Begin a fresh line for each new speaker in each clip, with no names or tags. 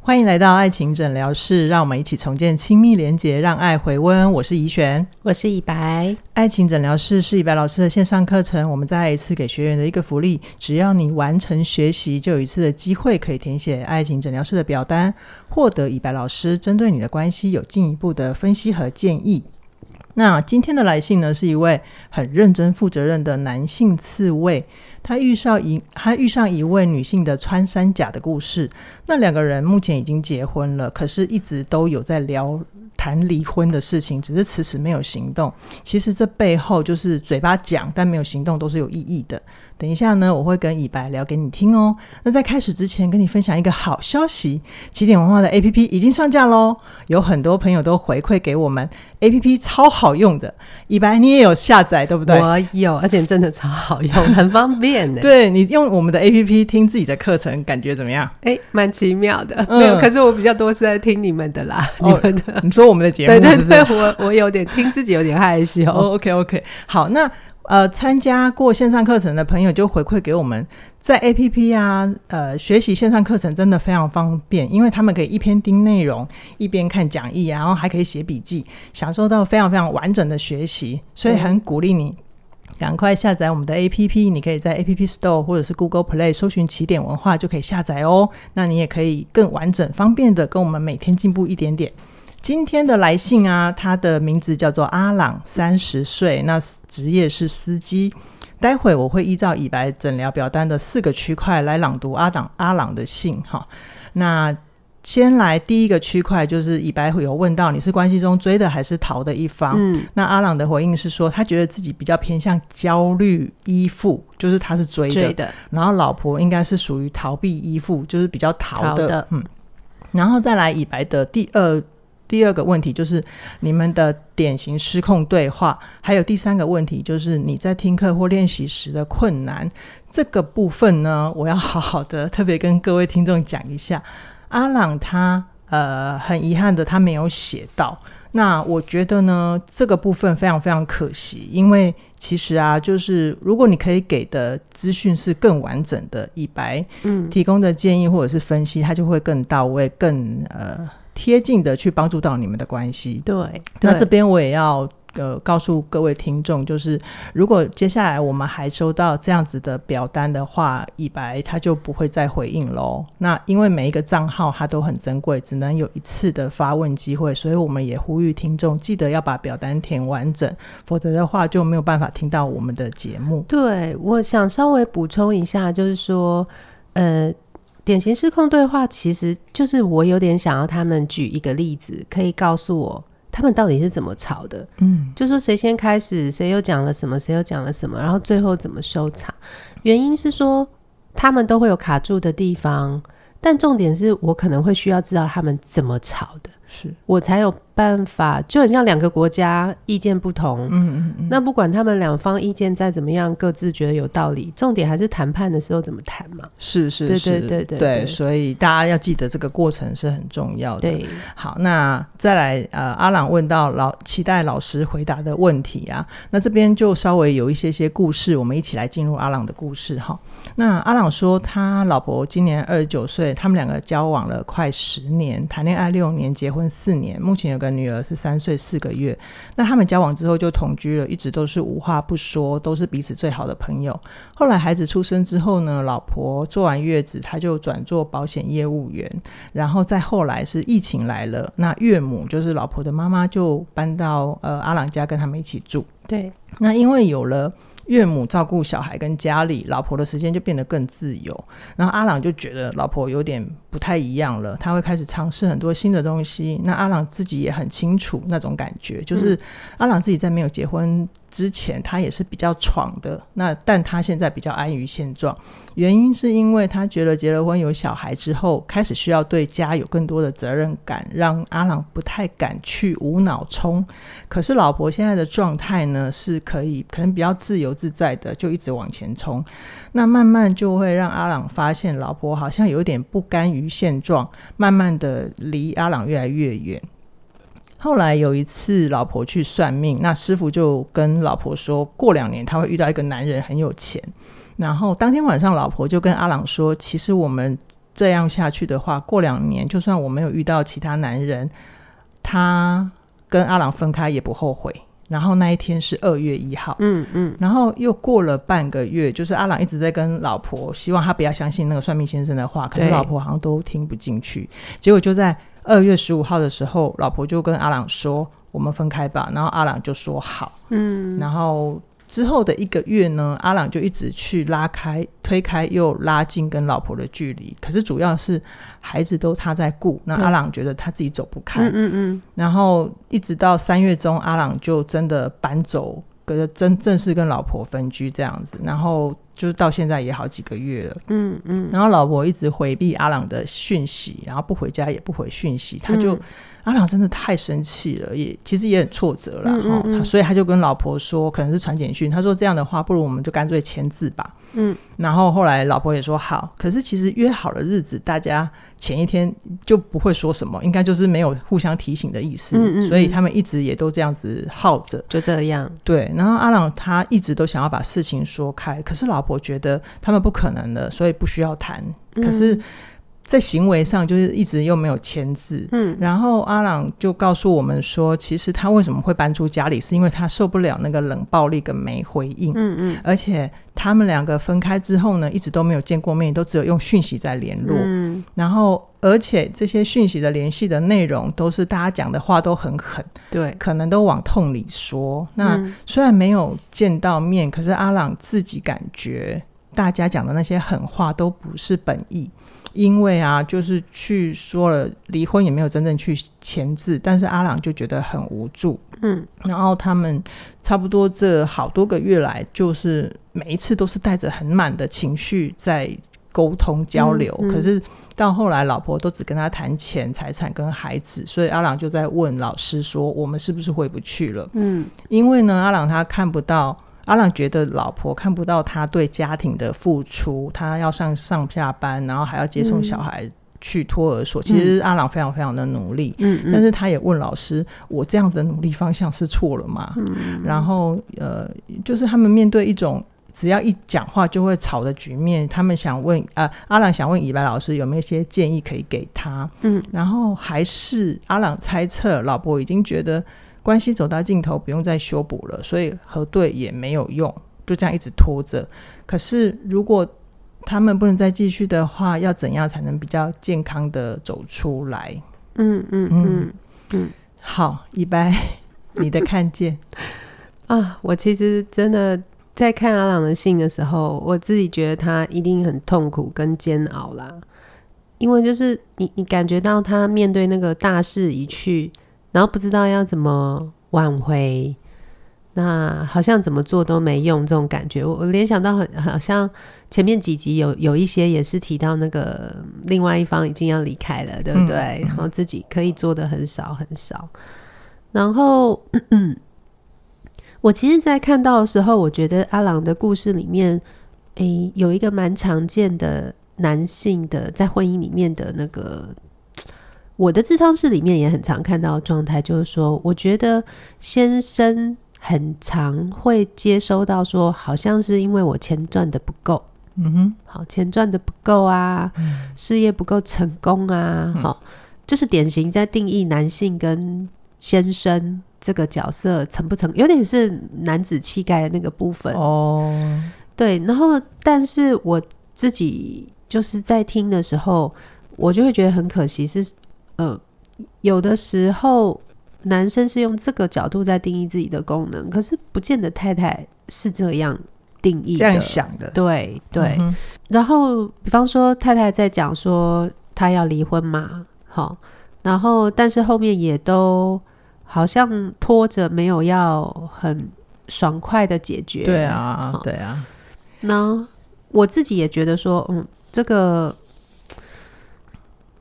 欢迎来到爱情诊疗室，让我们一起重建亲密连结，让爱回温。我是怡璇。
我是以白，
爱情诊疗室是以白老师的线上课程，我们再一次给学员的一个福利，只要你完成学习，就有一次的机会可以填写爱情诊疗室的表单，获得以白老师针对你的关系有进一步的分析和建议。那今天的来信呢，是一位很认真负责任的男性刺猬，他遇上一他遇上一位女性的穿山甲的故事。那两个人目前已经结婚了，可是一直都有在聊谈离婚的事情，只是迟迟没有行动。其实这背后就是嘴巴讲但没有行动都是有意义的。等一下呢，我会跟以白聊给你听哦。那在开始之前，跟你分享一个好消息，起点文化的 APP 已经上架喽，有很多朋友都回馈给我们，APP 超好用的。以白你也有下载对不对？
我有，而且真的超好用，很方便欸 呢。
对你用我们的 APP 听自己的课程，感觉怎么样？
哎，蛮奇妙的。
嗯
没有，可是我比较多是在听你们的啦，
哦
你们的。
你说我们的节目
对对
是不是
对，我我有点听自己有点害羞。
哦，OK，OK、o k OK，好，那呃，参加过线上课程的朋友就回馈给我们，在 APP 啊，呃，学习线上课程真的非常方便，因为他们可以一边听内容，一边看讲义啊，然后还可以写笔记，享受到非常非常完整的学习，所以很鼓励你。赶快下载我们的 APP，你可以在 APP Store 或者是 Google Play 搜寻起点文化就可以下载哦。那你也可以更完整、方便的跟我们每天进步一点点。今天的来信啊，他的名字叫做阿朗，三十岁，那职业是司机。待会我会依照以白诊疗表单的四个区块来朗读阿朗阿朗的信哈。那先来第一个区块，就是以白有问到你是关系中追的还是逃的一方。
嗯，
那阿朗的回应是说，他觉得自己比较偏向焦虑依附，就是他是追的，
追的，
然后老婆应该是属于逃避依附，就是比较逃的，
逃的
嗯。然后再来以白的第二第二个问题就是你们的典型失控对话，还呃有第三个问题就是你在听课或练习时的困难。这个部分呢，我要好好的特别跟各位听众讲一下。阿朗他呃很遗憾的他没有写到，那我觉得呢这个部分非常非常可惜，因为其实啊就是如果你可以给的资讯是更完整的，以白
嗯，
提供的建议或者是分析，它就会更到位，更呃贴近的去帮助到你们的关系。
对。
那
对
这边我也要呃告诉各位听众，就是如果接下来我们还收到这样子的表单的话，以白他就不会再回应喽。那因为每一个账号它都很珍贵，只能有一次的发问机会，所以我们也呼吁听众记得要把表单填完整，否则的话就没有办法听到我们的节目。
对，我想稍微补充一下，就是说，呃，典型失控对话其实就是我有点想要他们举一个例子，可以告诉我他们到底是怎么吵的，
嗯，
就说谁先开始，谁又讲了什么，谁又讲了什么，然后最后怎么收场。原因是说他们都会有卡住的地方，但重点是我可能会需要知道他们怎么吵的，
是，
我才有办法。就很像两个国家意见不同，
嗯嗯嗯，
那不管他们两方意见再怎么样，各自觉得有道理，重点还是谈判的时候怎么谈嘛。
是是
对
是，
对对对对
所以大家要记得这个过程是很重要的。
对，
好，那再来，呃，阿朗问到老期待老师回答的问题啊，那这边就稍微有一些些故事，我们一起来进入阿朗的故事哈。那阿朗说，他老婆今年二十九岁，他们两个交往了快十年，谈恋爱六年，结婚四年，目前有个女儿是三岁四个月。那他们交往之后就同居了，一直都是无话不说，都是彼此最好的朋友。后来孩子出生之后呢，老婆做完月子，他就转做保险业务员。然后再后来是疫情来了，那岳母就是老婆的妈妈就搬到呃阿朗家跟他们一起住。
对，
那因为有了岳母照顾小孩跟家里，老婆的时间就变得更自由。然后阿朗就觉得老婆有点不太一样了，他会开始尝试很多新的东西。那阿朗自己也很清楚那种感觉，就是阿朗自己在没有结婚之前，他也是比较闯的。那但他现在比较安于现状，原因是因为他觉得结了婚有小孩之后，开始需要对家有更多的责任感，让阿朗不太敢去无脑冲。可是老婆现在的状态呢，是可以可能比较自由自在的，就一直往前冲。那慢慢就会让阿朗发现，老婆好像有点不甘于现状，慢慢的离阿朗越来越远。后来有一次，老婆去算命，那师傅就跟老婆说过两年他会遇到一个男人很有钱。然后当天晚上，老婆就跟阿朗说：“其实我们这样下去的话，过两年就算我没有遇到其他男人，他跟阿郎分开也不后悔。然后那一天是二月一号，
嗯嗯，
然后又过了半个月，就是阿郎一直在跟老婆，希望他不要相信那个算命先生的话，可是
对
老婆好像都听不进去。结果就在二月十五号的时候，老婆就跟阿郎说：“我们分开吧。”然后阿郎就说：“好。”嗯，然后之后的一个月呢，阿郎就一直去拉开、推开又拉近跟老婆的距离，可是主要是孩子都他在顾，那
对
阿郎觉得他自己走不开，
嗯嗯嗯，
然后一直到三月中，阿朗就真的搬走，跟真正式跟老婆分居这样子，然后就是到现在也好几个月了，嗯嗯，然后老婆一直回避阿朗的讯息，然后不回家也不回讯息，他
嗯
就、阿朗真的太生气了，也其实也很挫折啦。
嗯嗯
哦他所以他就跟老婆说，可能是传简讯，他说这样的话，不如我们就干脆签字吧，
嗯，
然后后来老婆也说好，可是其实约好了日子，大家前一天就不会说什么，应该就是没有互相提醒的意思，
嗯嗯嗯
所以他们一直也都这样子耗着。
就这样，
对，然后阿朗他一直都想要把事情说开，可是老婆觉得他们不可能的，所以不需要谈。可
嗯
是，在行为上就是一直又没有签字。
嗯
然后阿朗就告诉我们说，其实他为什么会搬出家里，是因为他受不了那个冷暴力跟没回应。
嗯嗯
而且他们两个分开之后呢，一直都没有见过面，都只有用讯息在联络。
嗯，
然后，而且这些讯息的联系的内容都是大家讲的话都很狠，
对，
可能都往痛里说。那、
嗯
虽然没有见到面，可是阿朗自己感觉大家讲的那些狠话都不是本意，因为啊，就是去说了离婚也没有真正去签字，但是阿朗就觉得很无助。
嗯，
然后他们差不多这好多个月来，就是每一次都是带着很满的情绪在。沟通交流，
嗯嗯
可是到后来，老婆都只跟他谈钱、财产跟孩子，所以阿朗就在问老师说：“我们是不是回不去了？”
嗯
因为呢，阿朗他看不到，阿朗觉得老婆看不到他对家庭的付出，他要上上下班，然后还要接
嗯
送小孩去托儿所。其实阿朗非常非常的努力。
嗯
但
嗯，
是他也问老师：“我这样的努力方向是错了吗？”
嗯
然后呃，就是他们面对一种只要一讲话就会吵的局面，他们想问啊、阿朗想问以白老师有没有一些建议可以给他？
嗯，
然后还是阿朗猜测老婆已经觉得关系走到尽头，不用再修补了，所以核对也没有用，就这样一直拖着。可是如果他们不能再继续的话，要怎样才能比较健康的走出来？
嗯嗯嗯
好，以白，你的看 见，
啊，我其实真的在看阿朗的信的时候，我自己觉得他一定很痛苦跟煎熬啦，因为就是你你感觉到他面对那个大势已去，然后不知道要怎么挽回，那好像怎么做都没用这种感觉。我我联想到很好像前面几集有有一些也是提到那个另外一方已经要离开了，对不
嗯
对？然后自己可以做的很少很少，然后。 我其实，在看到的时候，我觉得阿郎的故事里面，诶，有一个蛮常见的男性的在婚姻里面的那个，我的智商室里面也很常看到的状态，就是说，我觉得先生很常会接收到说，好像是因为我钱赚的不够，
嗯哼，嗯
好，钱赚的不够啊，事业不够成功啊，好、就是典型在定义男性跟先生这个角色成不成，有点是男子气概的那个部分。
哦，
对，然后但是我自己就是在听的时候，我就会觉得很可惜是，呃，有的时候男生是用这个角度在定义自己的功能，可是不见得太太是这样定义的。
这样想的，
对对，
嗯哼
然后，比方说太太在讲说她要离婚嘛，好，然后但是后面也都好像拖着没有要很爽快的解决。
对，啊
好，
对啊，
那我自己也觉得说，嗯，这个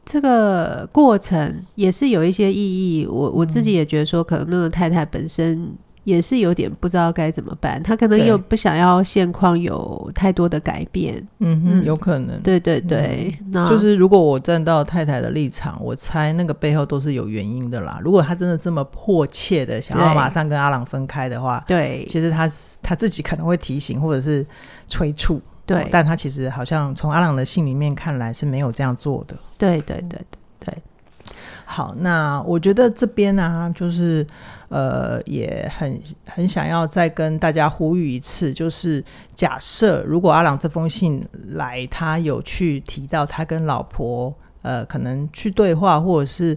这个过程也是有一些意义。我我自己也觉得说，可能那个太太本身也是有点不知道该怎么办，她可能
对
又不想要现况有太多的改变。
嗯哼，
嗯
有可能。
对啊对对，那
嗯就是如果我站到太太的立场，我猜那个背后都是有原因的啦。如果她真的这么迫切的想要
对
马上跟阿朗分开的话，
对
其实她她自己可能会提醒或者是催促。哦
对
但他其实好像从阿朗的信里面看来是没有这样做的。
对对对对，
好，那我觉得这边呢、啊就是呃，也很很想要再跟大家呼吁一次，就是假设如果阿朗这封信来，他有去提到他跟老婆呃，可能去对话或者是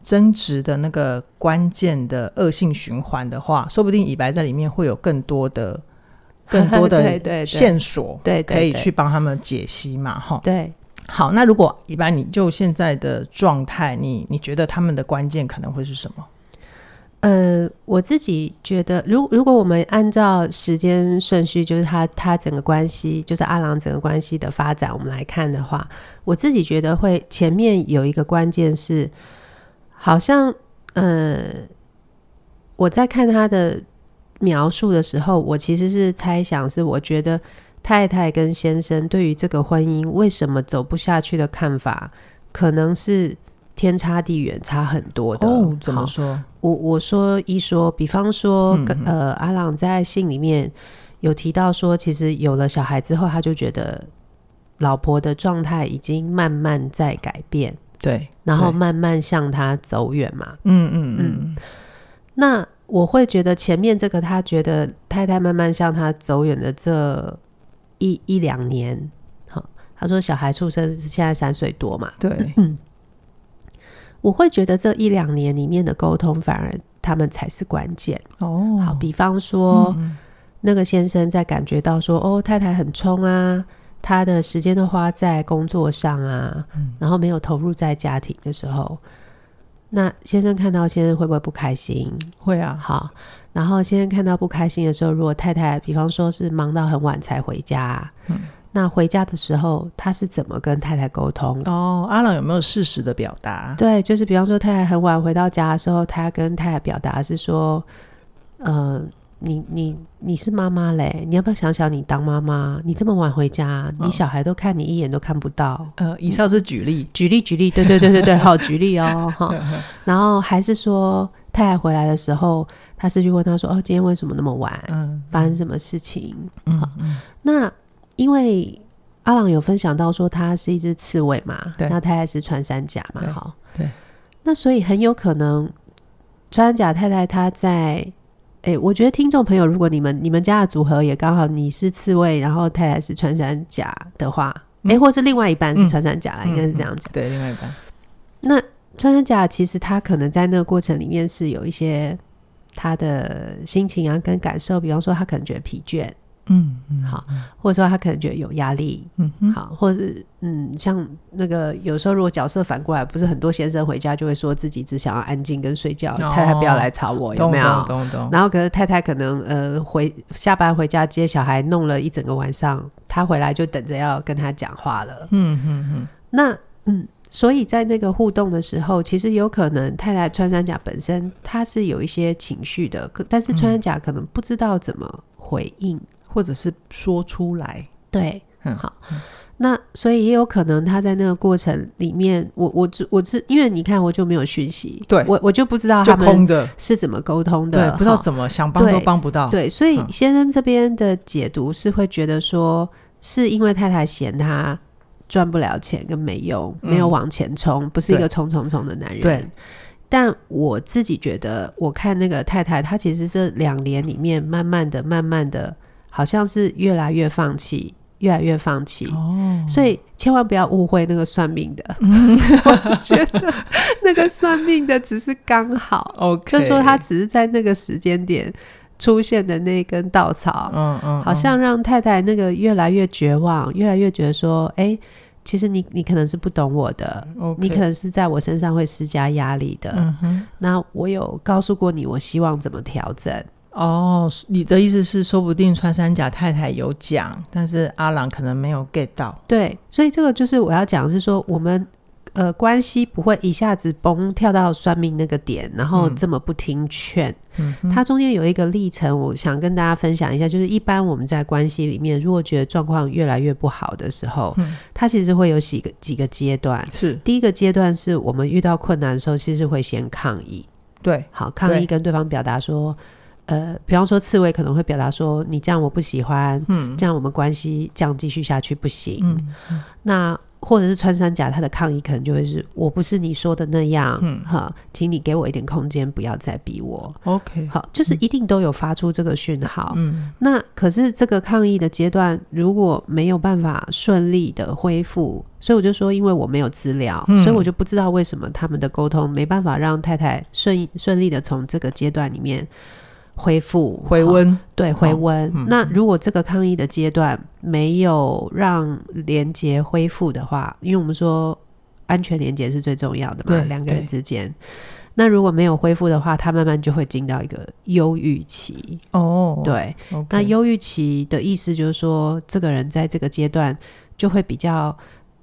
争执的那个关键的恶性循环的话，说不定以白在里面会有更多的更多
对对
的
对
线索，
对对
可以
对
去帮他们解析嘛，哈。
对
好，那如果一般你就现在的状态，你你觉得他们的关键可能会是什么？
呃，我自己觉得，如如果我们按照时间顺序，就是他他整个关系，就是阿郎整个关系的发展，我们来看的话，我自己觉得会前面有一个关键是，好像呃，我在看他的描述的时候，我其实是猜想是，我觉得太太跟先生对于这个婚姻为什么走不下去的看法，可能是天差地远，差很多的。
哦怎么
好
说？
我我哦说一说，比方说
嗯，嗯
呃，阿朗在信里面有提到说，其实有了小孩之后，他就觉得老婆的状态已经慢慢在改变，
对，
然后
对
慢慢向他走远嘛。
嗯嗯嗯，
那我会觉得前面这个他觉得太太慢慢向他走远的这一一两年，好，他说小孩出生是现在三岁多嘛，
对，
我会觉得这一两年里面的沟通，反而他们才是关键。
哦，
好，比方说，
嗯
那个先生在感觉到说，哦，太太很冲啊，他的时间都花在工作上啊，
嗯
然后没有投入在家庭的时候，那先生看到先生会不会不开心？
会啊，
好，然后先生看到不开心的时候，如果太太，比方说是忙到很晚才回家，
嗯
那回家的时候，他是怎么跟太太沟通？
哦，阿朗有没有适时的表达？
对，就是比方说太太很晚回到家的时候，他跟太太表达是说，呃，你你你是妈妈嘞，你要不要想想你当妈妈？你这么晚回家，你
嗯
小孩都看你一眼都看不到。
呃，以上是举例，
举例举例，对对对对对，好举例哦哈。 然后还是说太太回来的时候，他是去问他说，哦，今天为什么那么晚？
嗯
发生什么事情？
嗯
好，那因为阿朗有分享到说他是一只刺猬嘛，
对
那太太是穿山甲嘛
对，
好，
对，
那所以很有可能穿山甲太太她在。哎、我觉得听众朋友，如果你们你们家的组合也刚好你是刺猬，然后太太是穿山甲的话，哎、
嗯
或是另外一半是
嗯
穿山甲啦，应该是这样讲。
对，另外一半，
那穿山甲其实他可能在那个过程里面是有一些他的心情啊跟感受，比方说他可能觉得疲倦，
嗯嗯
好，或者说他可能觉得有压力，
嗯哼，
好，或者是嗯，像那个有时候如果角色反过来，不是很多先生回家就会说自己只想要安静跟睡觉，
哦
太太不要来吵我，有
懂
没
懂
有？
懂懂，
然后可是太太可能呃回下班回家接小孩，弄了一整个晚上，他回来就等着要跟他讲话了。
嗯嗯
那嗯，所以在那个互动的时候，其实有可能太太穿山甲本身她是有一些情绪的，可但是穿山甲可能不知道怎么回应。
嗯，或者是说出来，
对，
嗯
好。那所以也有可能他在那个过程里面，我我只我知，因为你看我就没有讯息，
对
我我就不知道
就
他
空
们
的，
是怎么沟通的，
对，不知道
哈
怎么想帮都
对
帮不到，
对，所以
嗯
先生这边的解读是会觉得说，是因为太太嫌他赚不了钱跟没用，
嗯
没有往前冲，不是一
对
个冲冲冲的男人。
对。
但我自己觉得，我看那个太太，她其实这两年里面，慢慢的、慢慢的，好像是越来越放弃，越来越放弃。
哦，
所以千万不要误会那个算命的，
嗯
我觉得那个算命的只是刚好，
哦 OK，
就说他，只是在那个时间点出现的那根稻草，
嗯嗯，
好像让太太那个越来越绝望，越来越觉得说，哎、其实你你可能是不懂我的。
o
你可能是在我身上会施加压力的，
嗯哼。
那我有告诉过你，我希望怎么调整。
哦，你的意思是，说不定穿山甲太太有讲，但是阿郎可能没有 get 到。
对，所以这个就是我要讲的是说，我们呃关系不会一下子崩跳到算命那个点，然后
嗯
这么不听劝，
嗯哼，
它中间有一个历程，我想跟大家分享一下，就是一般我们在关系里面，如果觉得状况越来越不好的时候，
嗯
它其实会有几个几个阶段。
是
第一个阶段是我们遇到困难的时候，其实会先抗议，
对，
好，抗
对
议跟对方表达说，呃，比方说刺猬可能会表达说你这样我不喜欢，嗯，这样我们关系这样继续下去不行，
嗯
那。或者是穿山甲，他的抗议可能就会是：我不是你说的那样，
嗯
哈，请你给我一点空间，不要再逼我。
，OK，
好，就是一定都有发出这个讯号。
嗯
那可是这个抗议的阶段，如果没有办法顺利的恢复，所以我就说，因为我没有资料，
嗯
所以我就不知道为什么他们的沟通没办法让太太顺顺利的从这个阶段里面恢复
回，温，
好对回温。
嗯
那如果这个抗议的阶段没有让连接恢复的话，因为我们说安全连接是最重要的嘛
对，
两个人
对
之间。那如果没有恢复的话，他慢慢就会进到一个忧郁期。
哦，
对，
OK，
那忧郁期的意思就是说，这个人在这个阶段就会比较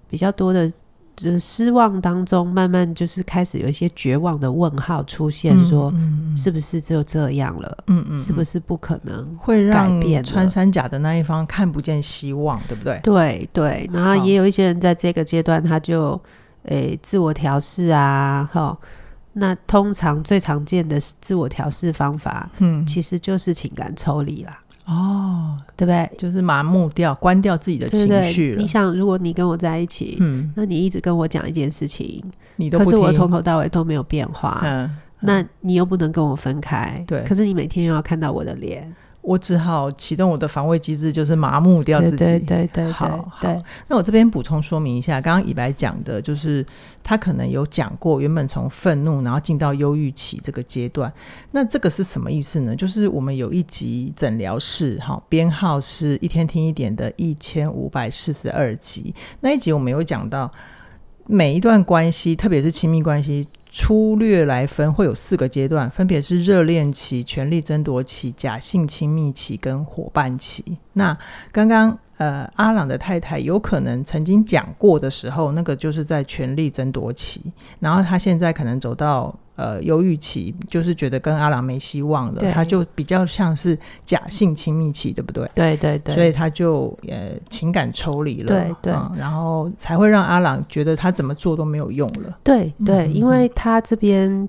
比较多的，就是失望当中，慢慢就是开始有一些绝望的问号出现，
嗯
说
嗯
是不是就这样了？
嗯嗯，
是不
是
是不可能？
会
改
让
变了
穿山甲的那一方看不见希望，对不对？
对对，然后
好
也有一些人在这个阶段，他就诶自我调试啊，哈。那通常最常见的自我调试方法，
嗯，
其实就是情感抽离啦，
哦，
对不对？
就是麻木掉，关掉自己的
对
情
不
绪
对？
了
你。想，如果你跟我在一起，
嗯，
那你一直跟我讲一件事情，
你都
可
不
是我
听
从头到尾都没有变化，
嗯，
那你又不能跟我分开，
对
可是你每天又要看到我的脸，
我只好启动我的防卫机制，就是麻木掉
对
自己。
对对对对
好
对，
那我这边补充说明一下，刚刚以白讲的，就是他可能有讲过，原本从愤怒然后进到忧郁期这个阶段。那这个是什么意思呢？就是我们有一集诊疗室，哈，编号是一天听一点的一千五百四十二集。那一集我们有讲到，每一段关系，特别是亲密关系。粗略来分会有四个阶段，分别是热恋期、权力争夺期、假性亲密期跟伙伴期。那刚刚呃阿朗的太太有可能曾经讲过的时候，那个就是在权力争夺期，然后他现在可能走到呃忧郁期，就是觉得跟阿朗没希望
对
了，他就比较像是假性亲密期，对不对？
对对
所
对，
以他就呃情感抽离了，
对对
嗯然后才会让阿朗觉得他怎么做都没有用了。
对对，
嗯
因为他这边，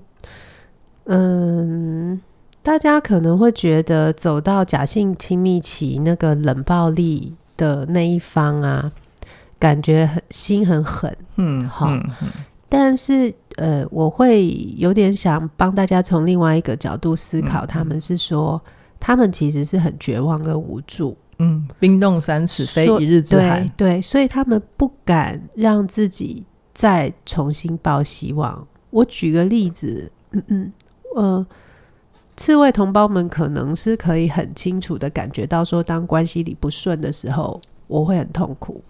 嗯。大家可能会觉得走到假性亲密期那个冷暴力的那一方啊，感觉很心很狠，
嗯，
好
嗯嗯
但是呃，我会有点想帮大家从另外一个角度思考，
嗯
他们是说。他们其实是很绝望跟无助，
嗯，冰冻三尺非
说
一日之寒
对。对，所以他们不敢让自己再重新抱希望。我举个例子，嗯嗯，呃，刺猬同胞们可能是可以很清楚的感觉到，说当关系里不顺的时候，我会很痛苦。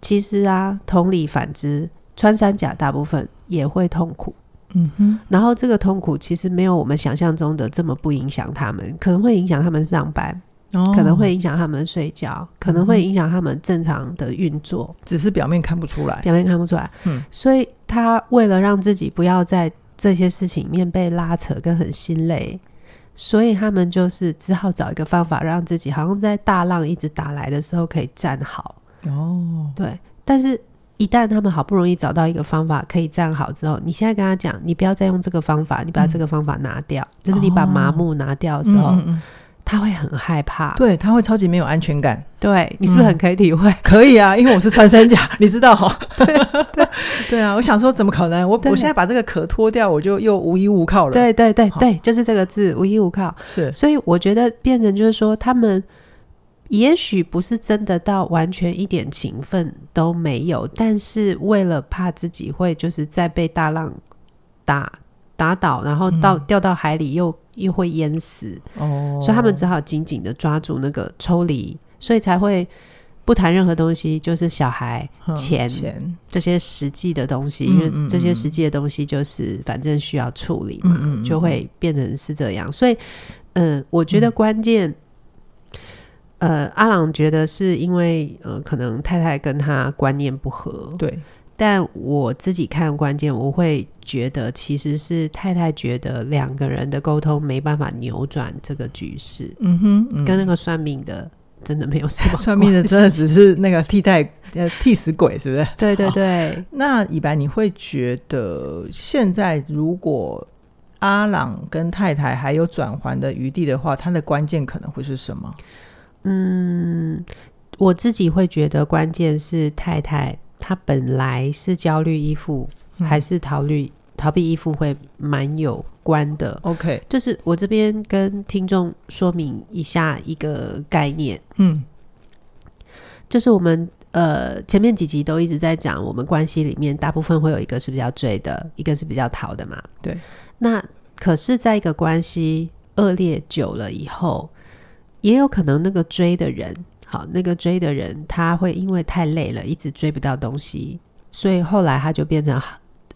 其实啊，同理反之，穿山甲大部分也会痛苦。
嗯哼，
然后这个痛苦其实没有我们想象中的这么不影响他们，可能会影响他们上班，
哦嗯
可能会影响他们睡觉，可能会影响他们正常的运作，
只是表面看不出来。
表面看不出来。
嗯，
所以他为了让自己不要在这些事情里面被拉扯跟很心累，所以他们就是只好找一个方法，让自己好像在大浪一直打来的时候可以站好。
哦，
对，但是一旦他们好不容易找到一个方法可以站好之后，你现在跟他讲，你不要再用这个方法，你把这个方法拿掉，就是你把麻木拿掉的时候，
哦嗯嗯
他会很害怕。
对，他会超级没有安全感。
对你
嗯
是不是很可以体会？
可以啊，因为我是穿山 甲，你知道哦哈、对对啊，我想说怎么可能？我
对
我现在把这个壳脱掉，我就又无依无靠了。，
对对对
好
对，就是这个字，无依无靠。
是
所以我觉得变成就是说，他们也许不是真的到完全一点情分都没有，但是为了怕自己会就是再被大浪打打倒，然后到、掉到海里又又会淹死，
嗯哦，
所以他们只好紧紧的抓住那个抽离，所以才会不谈任何东西，就是小孩
嗯
钱
钱，
这些实际的东西，
嗯
因为
嗯
这些
嗯
实际的东西就是反正需要处理嘛。
嗯嗯，嗯
就会变成是这样。所以，嗯、我觉得关键，呃，阿朗觉得是因为呃，可能太太跟他观念不合，
对，
但我自己看关键，我会觉得其实是太太觉得两个人的沟通没办法扭转这个局势，
嗯哼，嗯
跟那个算命的。真的没有什么
算命的
关系
真的只是那个替代呃替死鬼，是不是？
对对对，
那以白，你会觉得现在如果阿朗跟太太还有转圜的余地的话，它的关键可能会是什么？
嗯我自己会觉得关键是太太她本来是焦虑依附，
嗯
还是逃避逃避依附会蛮有关的。
OK，
就是我这边跟听众说明一下一个概念，
嗯
就是我们呃前面几集都一直在讲，我们关系里面大部分会有一个是比较追的，一个是比较逃的嘛。
对。
那可是，在一个关系恶劣久了以后，也有可能那个追的人，好，那个追的人他会因为太累了，一直追不到东西，所以后来他就变成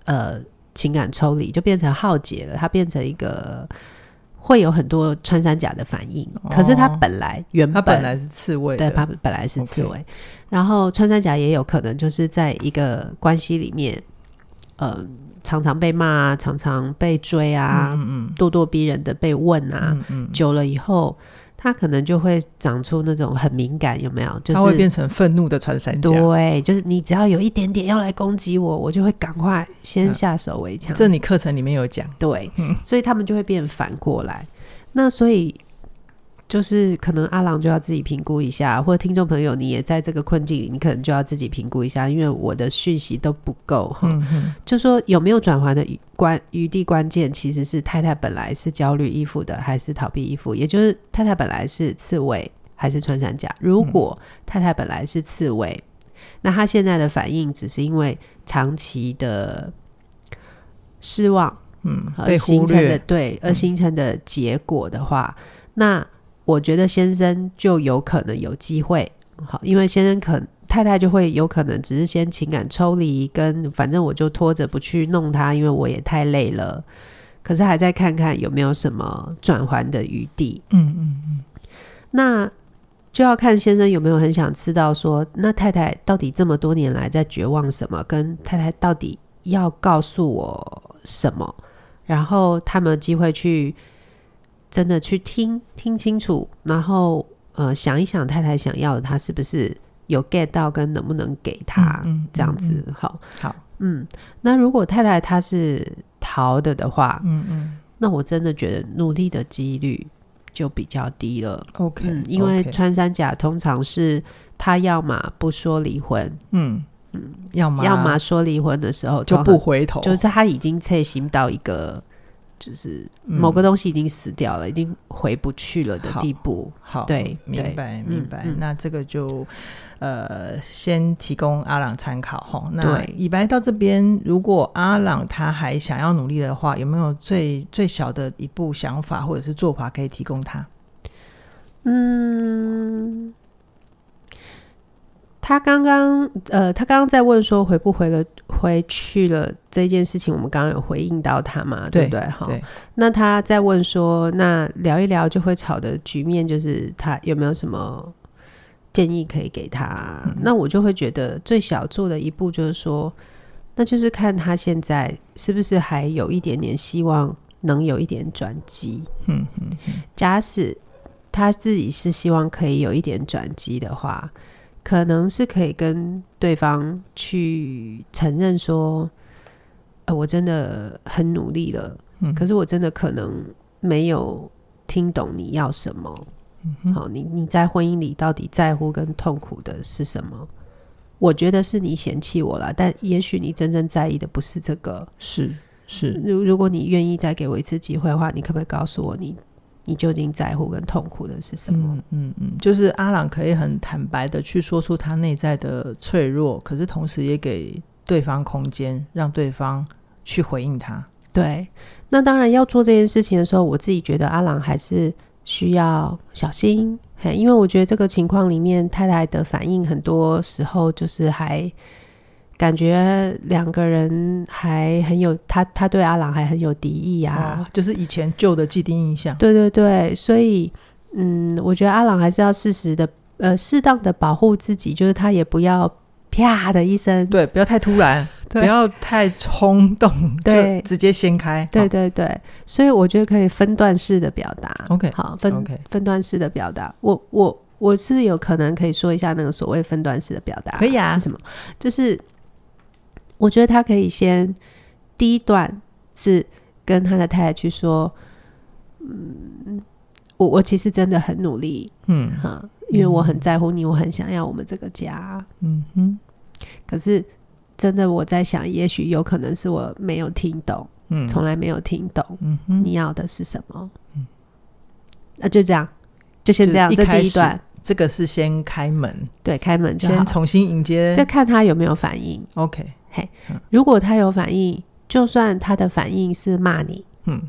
呃情感抽离，就变成浩劫了，他变成一个。会有很多穿山甲的反应，可是他
哦
本来原
它本来是刺猬
对，
的，
它本来是刺
OK
猬。然后穿山甲也有可能就是在一个关系里面，呃，常常被骂啊，常常被追啊，
嗯
咄咄逼人的被问啊，
嗯嗯，
久了以后，它可能就会长出那种很敏感，有没有？就
它会
是
变成愤怒的穿山甲。
对，就是你只要有一点点要来攻击我，我就会赶快先
嗯
下手为强。
这你课程里面有讲，
对，所以他们就会变反过来。那所以就是可能阿郎就要自己评估一下，或者听众朋友你也在这个困境里，你可能就要自己评估一下，因为我的讯息都不够哈。
嗯嗯
就说有没有转圜的余关余地，关键其实是太太本来是焦虑依附的，还是逃避依附，也就是太太本来是刺猬还是穿山甲。如果太太本来是刺猬，那她现在的反应只是因为长期的失望，
嗯，
而
被
形
忽
成的
略，嗯
对而形成的结果的话，那我觉得先生就有可能有机会，好，因为先生可太太就会有可能只是先情感抽离，跟反正我就拖着不去弄他，因为我也太累了。可是还在看看有没有什么转圜的余地，
嗯嗯，
那就要看先生有没有很想知道说，那太太到底这么多年来在绝望什么，跟太太到底要告诉我什么，然后他们有机会去真的去听听清楚，然后呃想一想太太想要的，他是不是有 get 到，跟能不能给他、
嗯嗯
这样子
嗯。
好，
好，
嗯，那如果太太她是逃的的话，
嗯嗯
那我真的觉得努力的几率就比较低了。
，OK，
嗯，因为
OK
穿山甲通常是他要么不说离婚，
嗯要么
要么说离婚的时候
就
通
不
常，
回头，
就是他已经侧行到一个就是
嗯
某个东西已经死掉了，已经回不去了的地步。
好，
对对
明白明白。
嗯
那这个就呃，先提供阿朗参考哈。那
对
以白到这边，如果阿朗他还想要努力的话，有没有最最小的一步想法或者是做法可以提供他？
嗯，他刚刚呃，他刚刚在问说回不回了回去了这件事情，我们刚刚有回应到他嘛，对
对
不对？好，
对
那他在问说，那聊一聊就会吵的局面，就是他有没有什么建议可以给他？
嗯
那我就会觉得最小做的一步就是说，那就是看他现在是不是还有一点点希望，能有一点转机。
嗯
假使他自己是希望可以有一点转机的话，可能是可以跟对方去承认说，呃，我真的很努力了，
嗯
可是我真的可能没有听懂你要什么。
嗯
好，你你在婚姻里到底在乎跟痛苦的是什么？我觉得是你嫌弃我了，但也许你真正在意的不是这个。
是是，
如如果你愿意再给我一次机会的话，你可不可以告诉我你你究竟在乎跟痛苦的是什么？
嗯嗯嗯，就是阿朗可以很坦白的去说出他内在的脆弱，可是同时也给对方空间，让对方去回应他。
对，那当然要做这件事情的时候，我自己觉得阿郎还是需要小心，嘿，因为我觉得这个情况里面太太的反应很多时候就是还感觉两个人还很有他他对阿郎还很有敌意啊，
哦，就是以前旧的既定印象。
对对对，所以嗯，我觉得阿朗还是要适时的呃，适当的保护自己，就是他也不要啪的一声，
对，不要太突然，不
对
要太冲动，
对
就直接掀开。
对
好
对对，所以我觉得可以分段式的表达。
OK，
好，分
OK
分段式的表达，我我我是不是有可能可以说一下那个所谓分段式的表达？
可以啊
是什么？就是我觉得他可以先第一段是跟他的太太去说，嗯，我我其实真的很努力，
嗯
哈，因为我很在乎你，我很想要我们这个家。
嗯哼，
可是真的我在想，也许有可能是我没有听懂，
嗯
从来没有听懂
嗯哼，嗯
你要的是什么。那就这样，就先
就是
这样，
一
这
开
第一
始
段，
这个是先开门，
对，开门就好
先，重新迎接
再看他有没有反应。
OK，
如果他有反应，就算他的反应是骂你，
嗯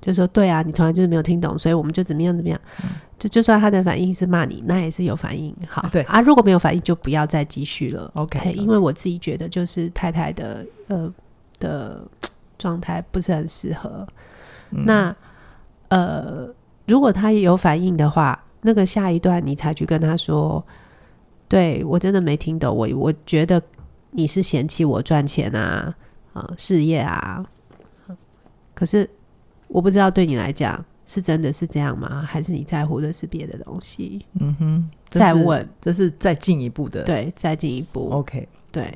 就说对啊，你从来就是没有听懂，所以我们就怎么样怎么样。
嗯
就就算他的反应是骂你，那也是有反应。好，
对
啊，如果没有反应，就不要再继续了。哎
OK，
因为我自己觉得，就是太太的呃的状态不是很适合。
嗯
那呃，如果他有反应的话，那个下一段你才去跟他说，对我真的没听懂，我我觉得你是嫌弃我赚钱啊，呃，事业啊，可是我不知道对你来讲是真的是这样吗？还是你在乎的是别的东西？
嗯哼，这
再
是，
问，
这是再进一步的
对，再进一步，
OK，
对，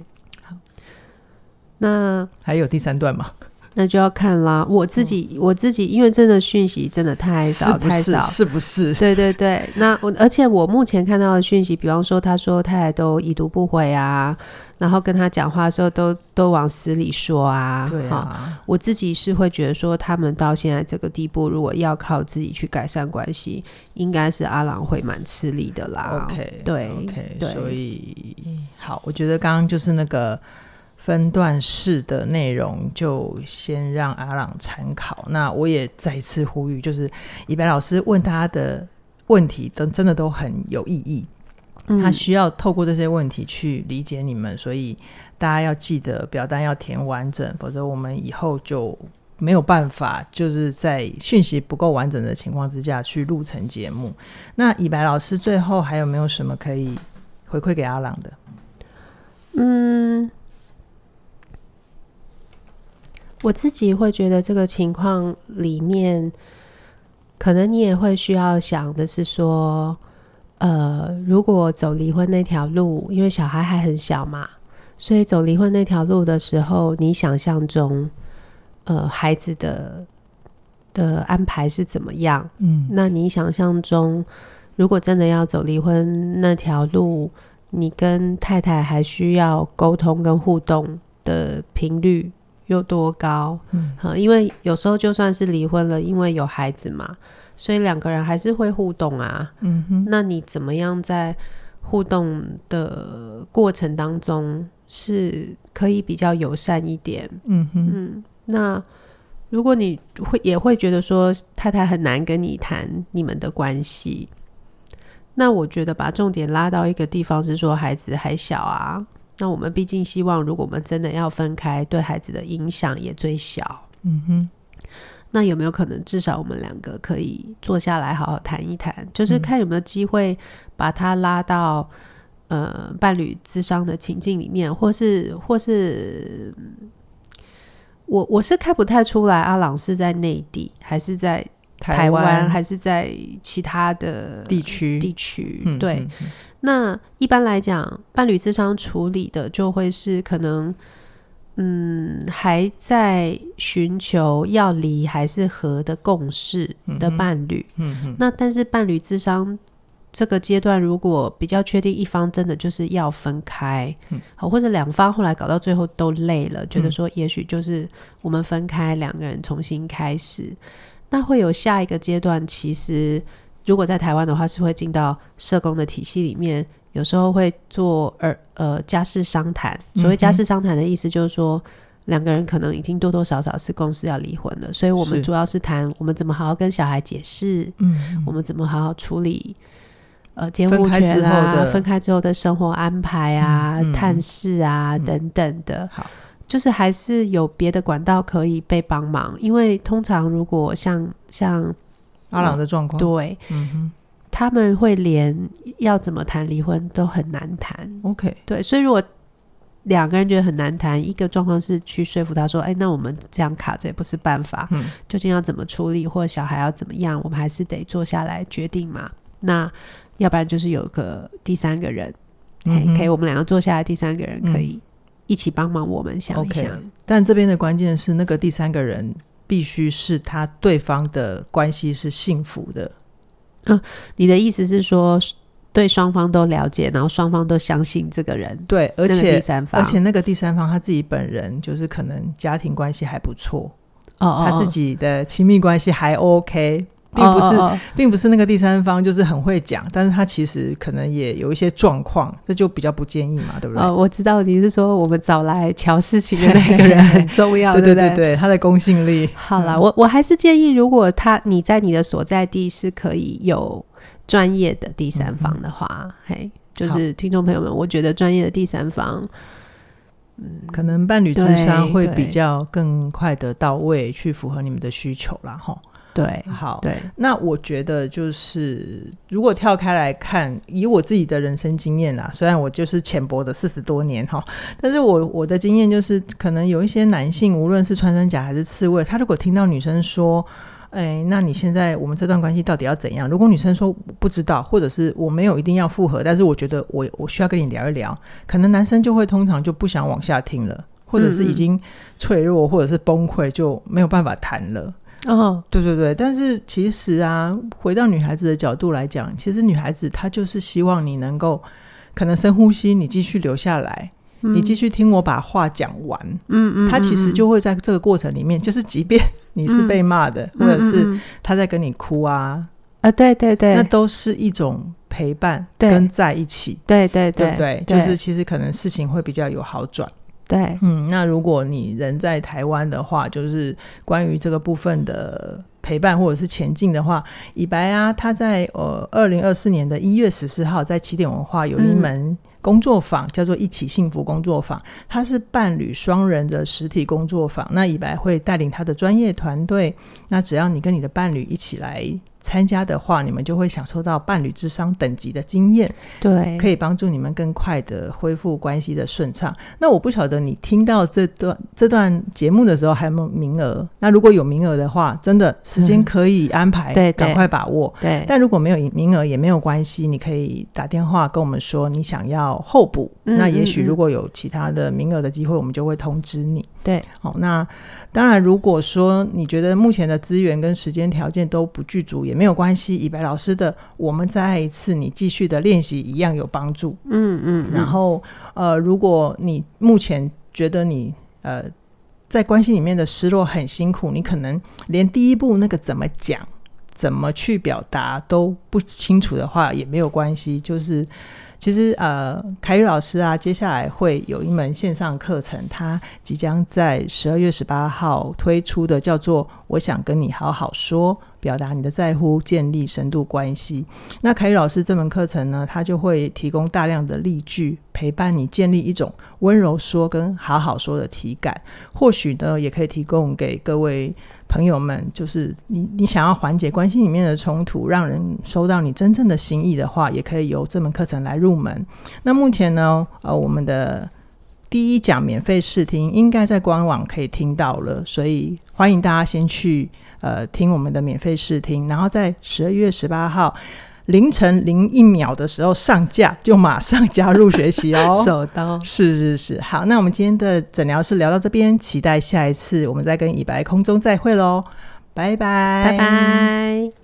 那
还有第三段嘛？
那就要看啦。我自己、我自己，因为真的讯息真的太
嗯是啊
少
不
太
是
少。
是不是？
对对对，那我而且我目前看到的讯息，比方说他说太太都已读不回啊，然后跟他讲话的时候都都往死里说啊，
对
哈
啊，
我自己是会觉得说，他们到现在这个地步，如果要靠自己去改善关系，应该是阿郎会蛮吃力的啦。
OK，
对
OK，
对
所以嗯好，我觉得刚刚就是那个分段式的内容，就先让阿朗参考。那我也再一次呼吁，就是以白老师问他的问题都真的都很有意义，
嗯
他需要透过这些问题去理解你们，所以大家要记得表单要填完整，否则我们以后就没有办法，就是在讯息不够完整的情况之下去录成节目。那以白老师最后还有没有什么可以回馈给阿朗的？
嗯，我自己会觉得这个情况里面，可能你也会需要想的是说，呃，如果走离婚那条路，因为小孩还很小嘛，所以走离婚那条路的时候，你想象中，呃，孩子的的安排是怎么样？
嗯
那你想象中，如果真的要走离婚那条路，你跟太太还需要沟通跟互动的频率有多高？
嗯
呃，因为有时候就算是离婚了，因为有孩子嘛，所以两个人还是会互动啊。
嗯哼，
那你怎么样在互动的过程当中是可以比较友善一点？
嗯哼，
嗯，那如果你会也会觉得说太太很难跟你谈你们的关系，那我觉得把重点拉到一个地方是说孩子还小啊，那我们毕竟希望如果我们真的要分开，对孩子的影响也最小。
嗯哼，
那有没有可能至少我们两个可以坐下来好好谈一谈，就是看有没有机会把他拉到。呃，伴侣智商的情境里面，或是或是，嗯我我是看不太出来阿朗是在内地，还是在台湾，还是在其他的
地区，
地区。
嗯
对，，
嗯
那一般来讲，伴侣智商处理的就会是可能，嗯，还在寻求要离还是和的共识的伴侣。
嗯哼，
那但是伴侣智商这个阶段，如果比较确定一方真的就是要分开，
嗯
好、或者两方后来搞到最后都累了，觉得说也许就是我们分开，两个人重新开始，那会有下一个阶段。其实如果在台湾的话，是会进到社工的体系里面。有时候会做呃呃家事商谈，所
嗯
谓家事商谈的意思就是说，两个人可能已经多多少少是共识要离婚了，所以我们
是
主要是谈我们怎么好好跟小孩解释，
嗯
我们怎么好好处理呃监
分
护
开
权
之后
啊、
的
分开之后的生活安排啊、
嗯嗯嗯
探视啊、等等的。
好，
就是还是有别的管道可以被帮忙，因为通常如果像像
阿朗的状况，
对
哦嗯
他们会连要怎么谈离婚都很难谈，
哼，OK，
对，所以如果。两个人觉得很难谈，一个状况是去说服他说：“哎，那我们这样卡着也不是办法，
嗯
究竟要怎么处理，或者小孩要怎么样，我们还是得坐下来决定嘛。那要不然就是有个第三个人，
嗯
哎，
哼
可以我们两个坐下来，第三个人
嗯
可以一起帮忙我们想一
OK
想。
但这边的关键是那个第三个人必须是他对方的关系是幸福的，
你的意思是说，对双方都了解，然后双方都相信这个人，
对，而
那个第
且
三方，
而且那个第三方他自己本人就是可能家庭关系还不错，
哦哦，
他自
哦
己的亲密关系还 OK，并不是
哦哦哦
并不是那个第三方就是很会讲，但是他其实可能也有一些状况，这就比较不建议嘛，对不对？
哦，我知道你是说我们找来瞧事情的那个 人很重要，
对
不
对对，嗯他的公信力，
好啦，我我还是建议，如果他你在你的所在地是可以有专业的第
嗯
三方的话，嘿，就是听众朋友们，我觉得专业的第三方，
可能伴侣智商
对
会
对
比较更快的到位，去符合你们的需求啦，哈。
对
好，
对，
那我觉得就是，如果跳开来看，以我自己的人生经验啊啦，虽然我就是浅薄的四十多年哈，但是我我的经验就是，可能有一些男性，无论是穿山甲还是刺猬，他如果听到女生说。哎，那你现在我们这段关系到底要怎样？如果女生说我不知道，或者是我没有一定要复合，但是我觉得我我需要跟你聊一聊，可能男生就会通常就不想往下听了，或者是已经脆弱，或者是崩溃，就没有办法谈了。
哦，
对对对，但是其实啊，回到女孩子的角度来讲，其实女孩子她就是希望你能够可能深呼吸，你继续留下来，你继续听我把话讲完。
嗯嗯，
她其实就会在这个过程里面，就是即便你是被骂的，或者
嗯
是
嗯嗯
她在跟你哭啊，
啊，对对对
那，都是一种陪伴
对
跟在一起，
对对
对不
对
对？，就是其实可能事情会比较有好转。
对
嗯，那如果你人在台湾的话，就是关于这个部分的陪伴或者是前进的话，以白啊，他在呃二零二四年的一月十四号在起点文化有一
嗯
门工作坊，叫做“一起幸福工作坊”，它是伴侣双人的实体工作坊。那以白会带领他的专业团队，那只要你跟你的伴侣一起来。参加的话，你们就会享受到伴侣智商等级的经验。
对，
可
以，
以帮助你们更快的恢复关系的顺畅。那我不晓得你听到这段这段节目的时候还有没有名额？那如果有名额的话，真的时间
嗯
可以安排，
对对
赶快把握。
对，
但如果没有名额也没有关系，你可以打电话跟我们说你想要候补。
嗯
那也许
嗯嗯
如果有其他的名额的机会，我们就会通知你。
对，
好、那当然，如果说你觉得目前的资源跟时间条件都不具足，也没有关系。以白老师的，我们再一次你继续的练习一样有帮助。
嗯嗯，
然后呃，如果你目前觉得你呃在关系里面的失落很辛苦，你可能连第一步那个怎么讲、怎么去表达都不清楚的话，也没有关系，就是。其实，呃，凯宇老师啊，接下来会有一门线上课程，他即将在十二月十八号推出的，叫做《我想跟你好好说》，表达你的在乎，建立深度关系。那凯宇老师这门课程呢，他就会提供大量的例句，陪伴你建立一种温柔说跟好好说的体感。或许呢，也可以提供给各位朋友们，就是你你想要缓解关系里面的冲突，让人收到你真正的心意的话，也可以由这门课程来入门。那目前呢，呃，我们的。第一讲免费试听，应该在官网可以听到了，所以欢迎大家先去呃听我们的免费试听，然后在十二月十八号凌晨零一秒的时候上架，就马上加入学习 哦。
手刀，
是是是，好，那我们今天的诊疗室聊到这边，期待下一次我们再跟以白空中再会喽，拜拜，哦
拜拜。